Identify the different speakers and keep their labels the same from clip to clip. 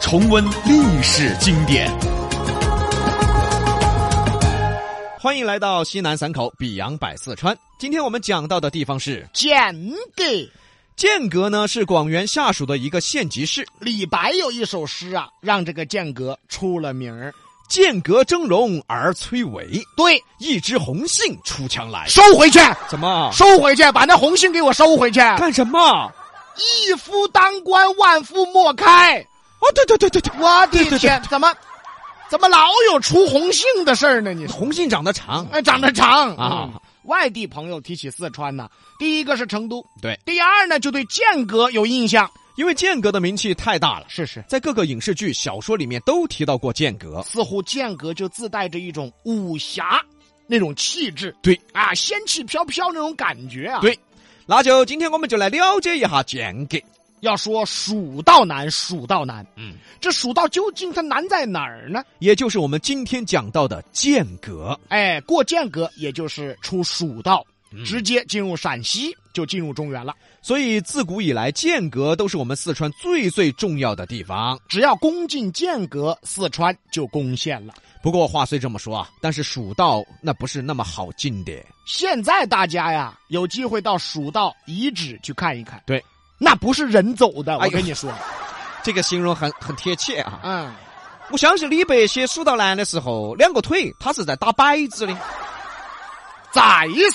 Speaker 1: 重温历史经典。
Speaker 2: 欢迎来到西南散口，比洋百四川。今天我们讲到的地方是
Speaker 3: 间隔。
Speaker 2: 剑阁呢，是广元下属的一个县级市。
Speaker 3: 李白有一首诗啊，让这个间隔出了名儿。
Speaker 2: 剑阁峥嵘而崔嵬，
Speaker 3: 对，
Speaker 2: 一枝红杏出墙来。
Speaker 3: 收回去，
Speaker 2: 怎么？
Speaker 3: 收回去，把那红杏给我收回去。
Speaker 2: 干什么？哦，
Speaker 3: 一夫当关，万夫莫开。
Speaker 2: 对对对对对，
Speaker 3: 我
Speaker 2: 对对
Speaker 3: 的
Speaker 2: 对
Speaker 3: 天，怎么怎么老有出红杏的事 儿呢？你
Speaker 2: 红杏长得长。
Speaker 3: 哎，长得长
Speaker 2: 啊
Speaker 3: 嗯外地朋友提起四川呢，第一个是成都，
Speaker 2: 对，
Speaker 3: 第二呢就对剑阁有印象。
Speaker 2: 因为剑阁的名气太大了，
Speaker 3: 是是，
Speaker 2: 在各个影视剧、小说里面都提到过剑阁。
Speaker 3: 似乎剑阁就自带着一种武侠那种气质，
Speaker 2: 对
Speaker 3: 啊，仙气飘飘那种感觉啊。
Speaker 2: 对那就今天我们就来了解一下剑阁。
Speaker 3: 要说蜀道难，蜀道难，
Speaker 2: 嗯，
Speaker 3: 这蜀道究竟它难在哪儿呢？
Speaker 2: 也就是我们今天讲到的剑阁。
Speaker 3: 哎，过剑阁也就是出蜀道，
Speaker 2: 嗯
Speaker 3: 直接进入陕西，就进入中原了。
Speaker 2: 所以自古以来，剑阁都是我们四川最最重要的地方。
Speaker 3: 只要攻进剑阁，四川就攻陷了。
Speaker 2: 不过话虽这么说啊，但是蜀道那不是那么好进的。
Speaker 3: 现在大家呀，有机会到蜀道遗址去看一看。
Speaker 2: 对，
Speaker 3: 那不是人走的，
Speaker 2: 哎
Speaker 3: 我
Speaker 2: 呦
Speaker 3: 跟你说，
Speaker 2: 这个形容很很贴切啊！
Speaker 3: 嗯，
Speaker 2: 我相信李白写蜀道难的时候，两个腿他是在打摆子的。
Speaker 3: 再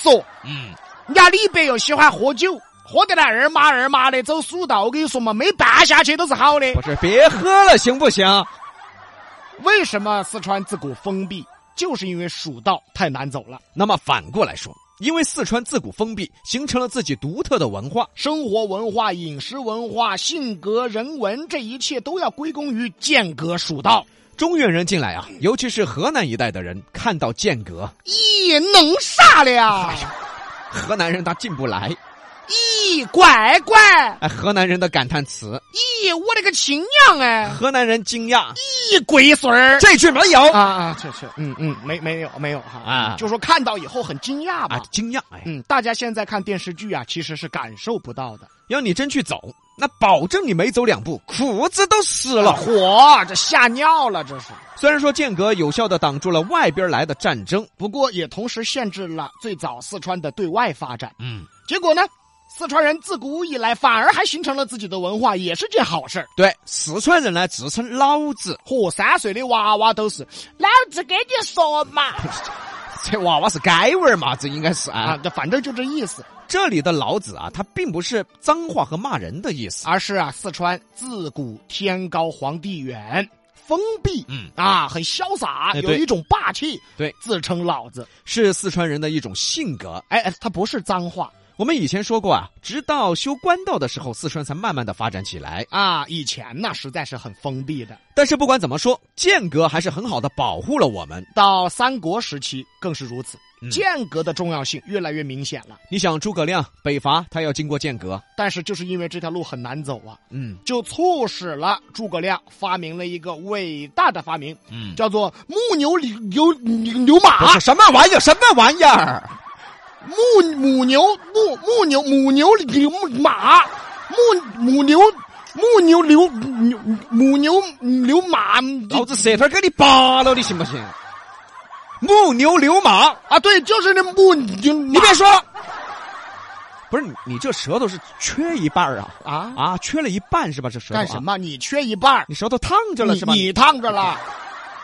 Speaker 3: 说，
Speaker 2: 嗯，
Speaker 3: 人家李白又喜欢喝酒，喝得那二麻二麻的，走蜀道，我跟你说嘛，没办下去都是好的。
Speaker 2: 不是，别喝了行不行？
Speaker 3: 为什么四川自古封闭？就是因为蜀道太难走了，
Speaker 2: 那么反过来说，因为四川自古封闭，形成了自己独特的文化。
Speaker 3: 生活文化、饮食文化、性格、人文，这一切都要归功于剑阁蜀道。
Speaker 2: 中原人进来啊，尤其是河南一带的人，看到剑阁，
Speaker 3: 咦，弄啥了呀？
Speaker 2: 河南人他进不来。
Speaker 3: 咦，乖乖！
Speaker 2: 哎，河南人的感叹词，
Speaker 3: 咦，我勒个亲娘哎！
Speaker 2: 河南人惊讶，
Speaker 3: 咦，龟孙儿！
Speaker 2: 这句没有
Speaker 3: 啊啊，这这，嗯嗯，没没有没有哈
Speaker 2: 啊
Speaker 3: 就说看到以后很惊讶
Speaker 2: 啊
Speaker 3: 嘛。，
Speaker 2: 惊讶哎，
Speaker 3: 嗯，大家现在看电视剧啊，其实是感受不到的。
Speaker 2: 要你真去走，那保证你每走两步，裤子都湿了。
Speaker 3: 嗯火，这吓尿了，这是。
Speaker 2: 虽然说剑阁有效的挡住了外边来的战争，
Speaker 3: 不过也同时限制了最早四川的对外发展。
Speaker 2: 嗯，
Speaker 3: 结果呢，四川人自古以来反而还形成了自己的文化，也是件好事儿。
Speaker 2: 对四川人呢自称老子，
Speaker 3: 和三岁的娃娃都是老子跟你说 嘛
Speaker 2: 这娃娃是该味儿嘛，这应该是
Speaker 3: 啊，
Speaker 2: 啊。
Speaker 3: 这反正就这意思。
Speaker 2: 这里的老子啊，它并不是脏话和骂人的意思。
Speaker 3: 而是啊，四川自古天高皇帝远，封闭，
Speaker 2: 嗯
Speaker 3: 啊，很潇洒，
Speaker 2: 哎
Speaker 3: 有
Speaker 2: 对
Speaker 3: 一种霸气，
Speaker 2: 对，
Speaker 3: 自称老子。
Speaker 2: 是四川人的一种性格。
Speaker 3: 哎，哎它不是脏话
Speaker 2: 我们以前说过啊，直到修官道的时候，四川才慢慢的发展起来。
Speaker 3: 啊，以前呢实在是很封闭的，
Speaker 2: 但是不管怎么说，剑阁还是很好的保护了我们。
Speaker 3: 到三国时期更是如此
Speaker 2: 嗯。
Speaker 3: 剑阁的重要性越来越明显了，
Speaker 2: 你想，诸葛亮北伐，他要经过剑阁，
Speaker 3: 但是就是因为这条路很难走啊，
Speaker 2: 嗯
Speaker 3: 就促使了诸葛亮发明了一个伟大的发明，
Speaker 2: 嗯，
Speaker 3: 叫做木牛流牛牛牛
Speaker 2: 不
Speaker 3: 马
Speaker 2: 是，什么玩意儿，什么玩意儿？
Speaker 3: 木母牛木木牛母牛牛马木母牛木牛牛牛母牛牛马
Speaker 2: 老子舌头给你拔了，你信不信？木牛流马，
Speaker 3: 啊，对，就是那木牛
Speaker 2: 你
Speaker 3: 马
Speaker 2: 别说，不是你，你这舌头是缺一半儿啊
Speaker 3: 啊，
Speaker 2: 啊，缺了一半是吧？这舌头、啊
Speaker 3: 干什？么？你缺一半儿，
Speaker 2: 你舌头烫着了
Speaker 3: 你
Speaker 2: 是吧？
Speaker 3: 你烫着了。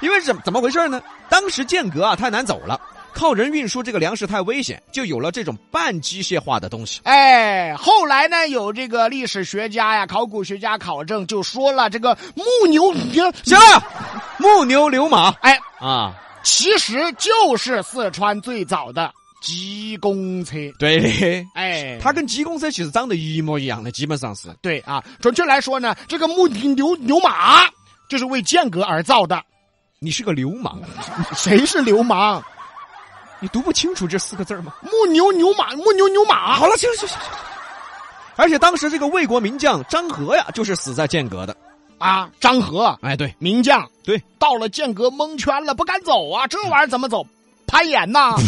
Speaker 2: 因为怎怎么回事呢？当时剑阁啊太难走了，靠人运输这个粮食太危险，就有了这种半机械化的东西。
Speaker 3: 哎，后来呢，有这个历史学家呀、考古学家考证，就说了这个木牛
Speaker 2: 行 了，木牛流马
Speaker 3: 哎，
Speaker 2: 啊，
Speaker 3: 其实就是四川最早的机公车。
Speaker 2: 对，
Speaker 3: 哎，
Speaker 2: 它跟机公车其实长得一模一样的，基本上是。
Speaker 3: 对啊，准确来说呢，这个木牛牛马这是为间隔而 造的。
Speaker 2: 你是个流氓，
Speaker 3: 谁是流氓？
Speaker 2: 你读不清楚这四个字儿吗？
Speaker 3: 木牛牛马，木牛牛马。
Speaker 2: 好了，行行行行。而且当时这个魏国名将张合呀，就是死在剑阁的。
Speaker 3: 啊，张合
Speaker 2: 哎，对，
Speaker 3: 名将，
Speaker 2: 对，
Speaker 3: 到了剑阁蒙圈了，不敢走啊，这玩意儿怎么走？攀岩呐，
Speaker 2: 嗯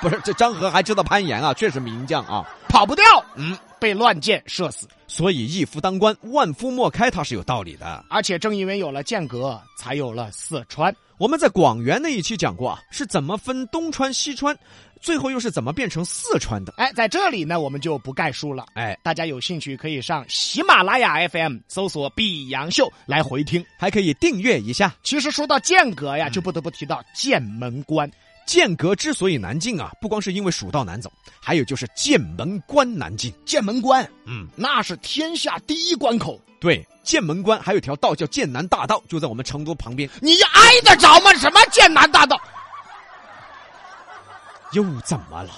Speaker 2: 不是这张合还知道攀岩啊，确实名将啊。
Speaker 3: 跑不掉，
Speaker 2: 嗯，
Speaker 3: 被乱箭射死。
Speaker 2: 所以一夫当关，万夫莫开，它是有道理的。
Speaker 3: 而且正因为有了剑阁，才有了四川。
Speaker 2: 我们在广元那一期讲过啊，是怎么分东川、西川，最后又是怎么变成四川的。
Speaker 3: 哎，在这里呢，我们就不概述了。
Speaker 2: 哎，
Speaker 3: 大家有兴趣可以上喜马拉雅 FM 搜索“比杨秀”来回听。
Speaker 2: 还可以订阅一下。
Speaker 3: 其实说到剑阁
Speaker 2: 嗯
Speaker 3: 呀，就不得不提到剑门关。
Speaker 2: 剑阁之所以难进啊，不光是因为蜀道难走，还有就是剑门关难进。
Speaker 3: 剑门关
Speaker 2: 嗯，
Speaker 3: 那是天下第一关口，
Speaker 2: 对，剑门关还有条道叫剑南大道，就在我们成都旁边。
Speaker 3: 你挨得着吗？什么剑南大道？
Speaker 2: 又怎么了？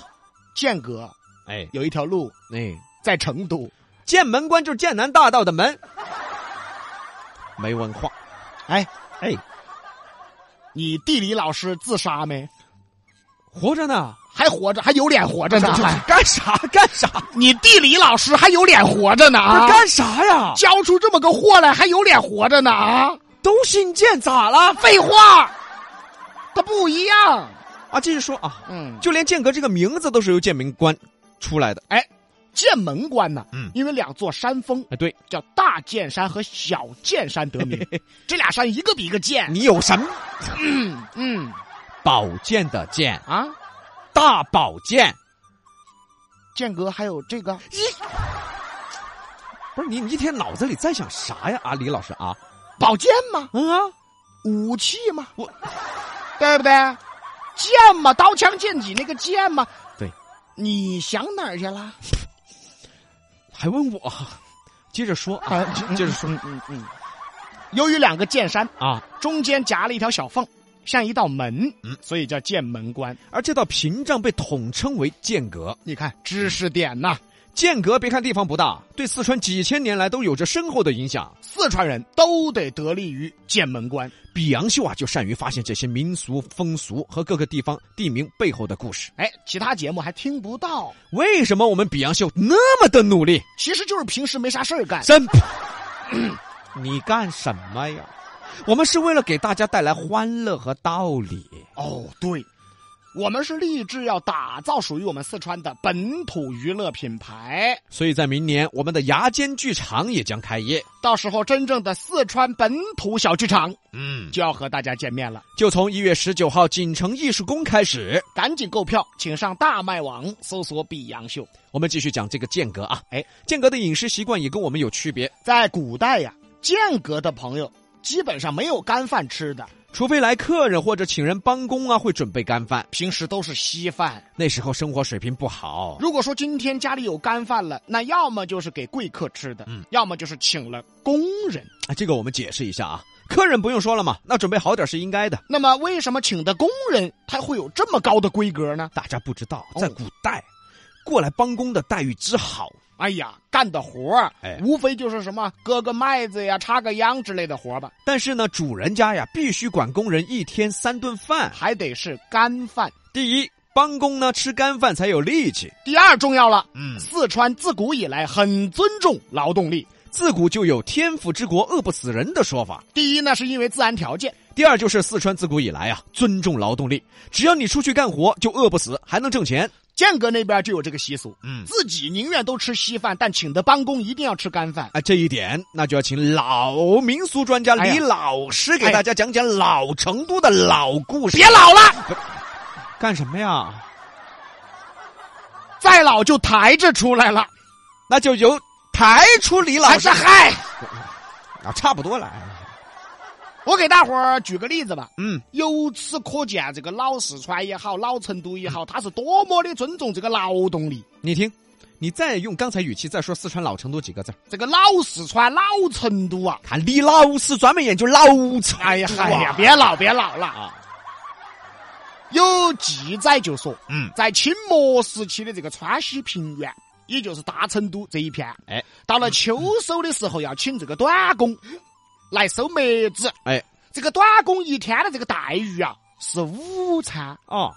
Speaker 3: 剑阁
Speaker 2: 哎
Speaker 3: 有一条路
Speaker 2: 哎，
Speaker 3: 在成都。
Speaker 2: 剑门关就是剑南大道的门。没文化，
Speaker 3: 哎，
Speaker 2: 哎，
Speaker 3: 你地理老师自杀没？
Speaker 2: 活着呢，
Speaker 3: 还活着，还有脸活着呢？
Speaker 2: 干啥干啥？
Speaker 3: 你地理老师还有脸活着呢
Speaker 2: 不
Speaker 3: 啊
Speaker 2: 是？干啥呀？
Speaker 3: 教出这么个货来，还有脸活着呢啊？
Speaker 2: 都信剑咋了？
Speaker 3: 废话，它不一样。
Speaker 2: 啊，继续说啊，
Speaker 3: 嗯，
Speaker 2: 就连剑阁这个名字都是由剑门关出来的。
Speaker 3: 哎剑门关呢，
Speaker 2: 嗯
Speaker 3: 因为两座山峰
Speaker 2: 哎，对
Speaker 3: 叫大剑山和小剑山得 名，这俩山一个比一个剑。
Speaker 2: 你有神，
Speaker 3: 嗯
Speaker 2: 宝剑的剑，
Speaker 3: 啊，
Speaker 2: 大宝剑。
Speaker 3: 剑阁还有这个
Speaker 2: 不是你，你一天脑子里在想啥呀？啊，李老师啊，
Speaker 3: 宝剑吗？
Speaker 2: 嗯啊，
Speaker 3: 武器吗？
Speaker 2: 我，
Speaker 3: 对不对？剑嘛，刀枪剑戟那个剑嘛。
Speaker 2: 对，
Speaker 3: 你想哪儿去了？
Speaker 2: 还问我，接着说啊，接着说
Speaker 3: 嗯嗯嗯。由于两个剑山
Speaker 2: 啊，
Speaker 3: 中间夹了一条小缝，像一道门，
Speaker 2: 嗯
Speaker 3: 所以叫剑门关。
Speaker 2: 而这道屏障被统称为剑阁。
Speaker 3: 你看知识点呐、
Speaker 2: 剑阁别看地方不大，对四川几千年来都有着深厚的影响。
Speaker 3: 四川人都得得力于剑门关。
Speaker 2: 比杨秀啊，就善于发现这些民俗风俗和各个地方地名背后的故事。
Speaker 3: 哎，其他节目还听不到，
Speaker 2: 为什么我们比杨秀那么的努力？
Speaker 3: 其实就是平时没啥事儿干。
Speaker 2: 真，哎 你干什么呀？我们是为了给大家带来欢乐和道理。
Speaker 3: 哦，对，我们是立志要打造属于我们四川的本土娱乐品牌。
Speaker 2: 所以在明年，我们的牙尖剧场也将开业。
Speaker 3: 到时候真正的四川本土小剧场
Speaker 2: 嗯，
Speaker 3: 就要和大家见面了，
Speaker 2: 就从一月十九号锦城艺术宫开始，
Speaker 3: 赶紧购票，请上大麦网搜索“比杨秀
Speaker 2: 我们继续讲这个间隔啊。
Speaker 3: 哎，
Speaker 2: 间隔的饮食习惯也跟我们有区别”。，
Speaker 3: 在古代呀，间隔的朋友基本上没有干饭吃的，
Speaker 2: 除非来客人或者请人帮工啊，会准备干饭。
Speaker 3: 平时都是稀饭。
Speaker 2: 那时候生活水平不好，
Speaker 3: 如果说今天家里有干饭了，那要么就是给贵客吃的，
Speaker 2: 嗯
Speaker 3: 要么就是请了工人。
Speaker 2: 啊这个我们解释一下啊。客人不用说了嘛，那准备好点是应该的。
Speaker 3: 那么为什么请的工人他会有这么高的规格呢？
Speaker 2: 大家不知道，
Speaker 3: 哦
Speaker 2: 在古代，过来帮工的待遇之好，
Speaker 3: 哎呀，干的活儿，
Speaker 2: 哎
Speaker 3: 无非就是什么割个麦子呀、插个秧之类的活儿吧，
Speaker 2: 但是呢，主人家呀必须管工人一天三顿饭。
Speaker 3: 还得是干饭。
Speaker 2: 第一，帮工呢吃干饭才有力气。
Speaker 3: 第二，重要了，
Speaker 2: 嗯，
Speaker 3: 四川自古以来很尊重劳动力。
Speaker 2: 自古就有“天府之国，饿不死人”的说法。
Speaker 3: 第一呢，是因为自然条件，
Speaker 2: 第二就是四川自古以来啊，尊重劳动力，只要你出去干活就饿不死，还能挣钱。
Speaker 3: 建哥那边就有这个习俗，
Speaker 2: 嗯，
Speaker 3: 自己宁愿都吃稀饭，但请的帮工一定要吃干饭。
Speaker 2: 啊，这一点那就要请老民俗专家
Speaker 3: 哎呀
Speaker 2: 李老师
Speaker 3: 哎
Speaker 2: 给
Speaker 3: 呀
Speaker 2: 大家讲讲老成都的老故事。
Speaker 3: 别老了，
Speaker 2: 干什么呀？
Speaker 3: 再老就抬着出来了，
Speaker 2: 那就由抬出李老
Speaker 3: 还
Speaker 2: 师
Speaker 3: 是嗨。
Speaker 2: 啊，差不多了。哎
Speaker 3: 我给大伙儿举个例子吧，
Speaker 2: 嗯，
Speaker 3: 由此可见，这个老四川也好，老成都也好，他是多么的尊重这个劳动力。
Speaker 2: 你听，你再用刚才语气再说四川老成都几个字儿
Speaker 3: 这个老四川、老成都啊，
Speaker 2: 看李老师专门研究老成啊
Speaker 3: 哎呀，
Speaker 2: 嗨
Speaker 3: 哎呀，别老别老了啊！
Speaker 2: 啊，
Speaker 3: 有记载就说，
Speaker 2: 嗯，
Speaker 3: 在清末时期的这个川西平原，也就是大成都这一片，
Speaker 2: 哎，
Speaker 3: 到了秋收的时候要请这个短工，来收麦子。
Speaker 2: 哎，
Speaker 3: 这个短工一天的这个待遇啊，是午餐、
Speaker 2: 哦，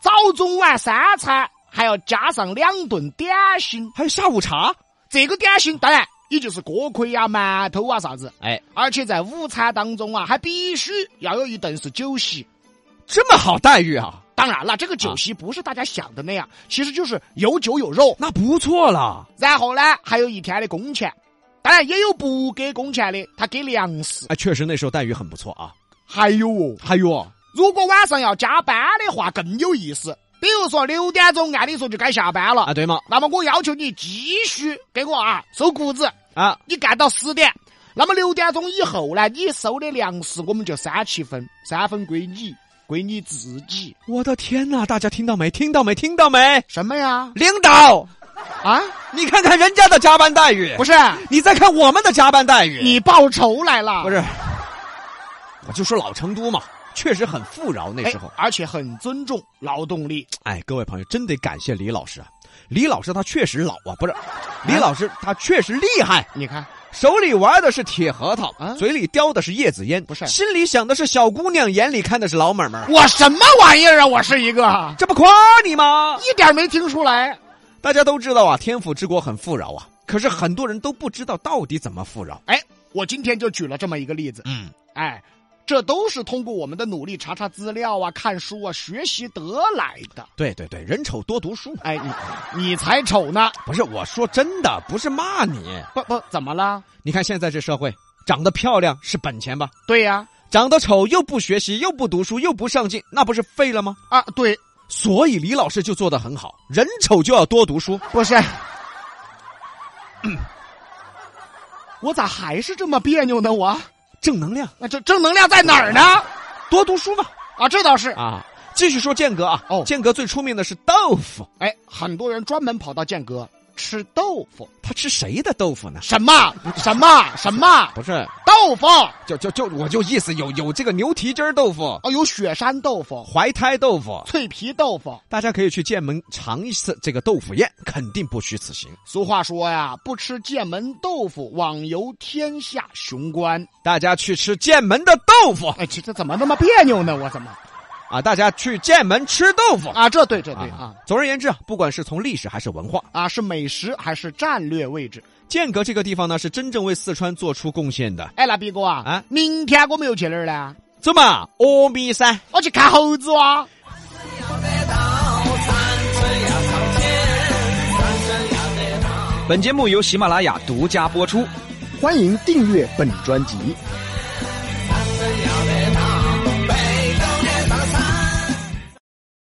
Speaker 3: 早中晚三餐，还要加上两顿点心。
Speaker 2: 还有下午茶，
Speaker 3: 这个点心当然也就是锅盔呀、馒头啊啥子。
Speaker 2: 哎，
Speaker 3: 而且在午餐当中啊，还必须要有一顿是酒席。
Speaker 2: 这么好待遇啊，
Speaker 3: 当然了，这个酒席不是大家想的那样，其实就是有酒有肉，
Speaker 2: 那不错了。
Speaker 3: 然后呢还有一天的工钱。当然也有不给工钱的，他给粮食。
Speaker 2: 哎，确实那时候待遇很不错啊。
Speaker 3: 还有哦，
Speaker 2: 还有哦，
Speaker 3: 如果晚上要加班的话，更有意思。比如说六点钟，按理说就该下班了，
Speaker 2: 啊，对吗？
Speaker 3: 那么我要求你继续给我啊收谷子，
Speaker 2: 啊，
Speaker 3: 你干到十点。那么六点钟以后呢，你收的粮食我们就三七分，三分归你，归你自己。
Speaker 2: 我的天哪！大家听到没？听到没？听到没？
Speaker 3: 什么呀？
Speaker 2: 领导，
Speaker 3: 啊，
Speaker 2: 你看看人家的加班待遇，
Speaker 3: 不
Speaker 2: 是？
Speaker 3: 是
Speaker 2: 你再看我们的加班待遇，
Speaker 3: 你报仇来了？
Speaker 2: 不是？我就说老成都嘛，确实很富饶那
Speaker 3: 哎，
Speaker 2: 时候。
Speaker 3: 而且很尊重劳动力。
Speaker 2: 哎，各位朋友，真得感谢李老师啊！李老师他确实老啊，不是，李老师他确实厉害，
Speaker 3: 你看，
Speaker 2: 手里玩的是铁核桃，
Speaker 3: 啊
Speaker 2: 嘴里叼的是叶子烟，
Speaker 3: 不是
Speaker 2: 心里想的是小姑娘，眼里看的是老妹妹儿，
Speaker 3: 我什么玩意儿啊？我是一个，
Speaker 2: 这不夸你吗？
Speaker 3: 一点没听出来。
Speaker 2: 大家都知道啊，天府之国很富饶啊，可是很多人都不知道到底怎么富饶。
Speaker 3: 哎，我今天就举了这么一个例子。
Speaker 2: 嗯，
Speaker 3: 哎，这都是通过我们的努力查查资料啊、看书啊、学习得来的。
Speaker 2: 对对对，人丑多读书。
Speaker 3: 哎，你你才丑呢！
Speaker 2: 不是我说真的，不是骂你。
Speaker 3: 不不，怎么了？
Speaker 2: 你看现在这社会，长得漂亮是本钱吧？
Speaker 3: 对呀、
Speaker 2: 长得丑又不学习，又不读书，又不上进，那不是废了吗？
Speaker 3: 啊，对，
Speaker 2: 所以李老师就做得很好，人丑就要多读书。
Speaker 3: 不是。 我咋还是这么别扭呢？我
Speaker 2: 正能量，
Speaker 3: 那这正能量在哪儿呢？
Speaker 2: 多读书嘛！
Speaker 3: 啊，这倒是。
Speaker 2: 啊，继续说间隔啊，
Speaker 3: 哦
Speaker 2: 间隔最出名的是豆腐，
Speaker 3: 哎，很多人专门跑到剑阁吃豆腐。
Speaker 2: 他吃谁的豆腐呢？
Speaker 3: 什么什么什么
Speaker 2: 不是，
Speaker 3: 豆腐？
Speaker 2: 就就就我就意思有有这个牛蹄筋儿豆腐、
Speaker 3: 哦，有雪山豆腐、
Speaker 2: 怀胎豆腐，
Speaker 3: 脆皮豆腐。
Speaker 2: 大家可以去剑门尝一次这个豆腐宴，肯定不虚此行。
Speaker 3: 俗话说呀，不吃剑门豆腐，枉游天下雄关。
Speaker 2: 大家去吃剑门的豆腐
Speaker 3: 哎，这这怎么那么别扭呢？我怎么
Speaker 2: 啊！大家去剑门吃豆腐
Speaker 3: 啊？这对这对啊
Speaker 2: 总而言之啊，不管是从历史还是文化，
Speaker 3: 啊，是美食还是战略位置？
Speaker 2: 剑阁这个地方呢，是真正为四川做出贡献的。
Speaker 3: 哎，那毕哥啊，
Speaker 2: 啊
Speaker 3: 明天我们又去哪儿呢？
Speaker 2: 走嘛，峨眉山。
Speaker 3: 我去看猴子哦哇！
Speaker 1: 本节目由喜马拉雅独家播出。
Speaker 4: 欢迎订阅本专辑，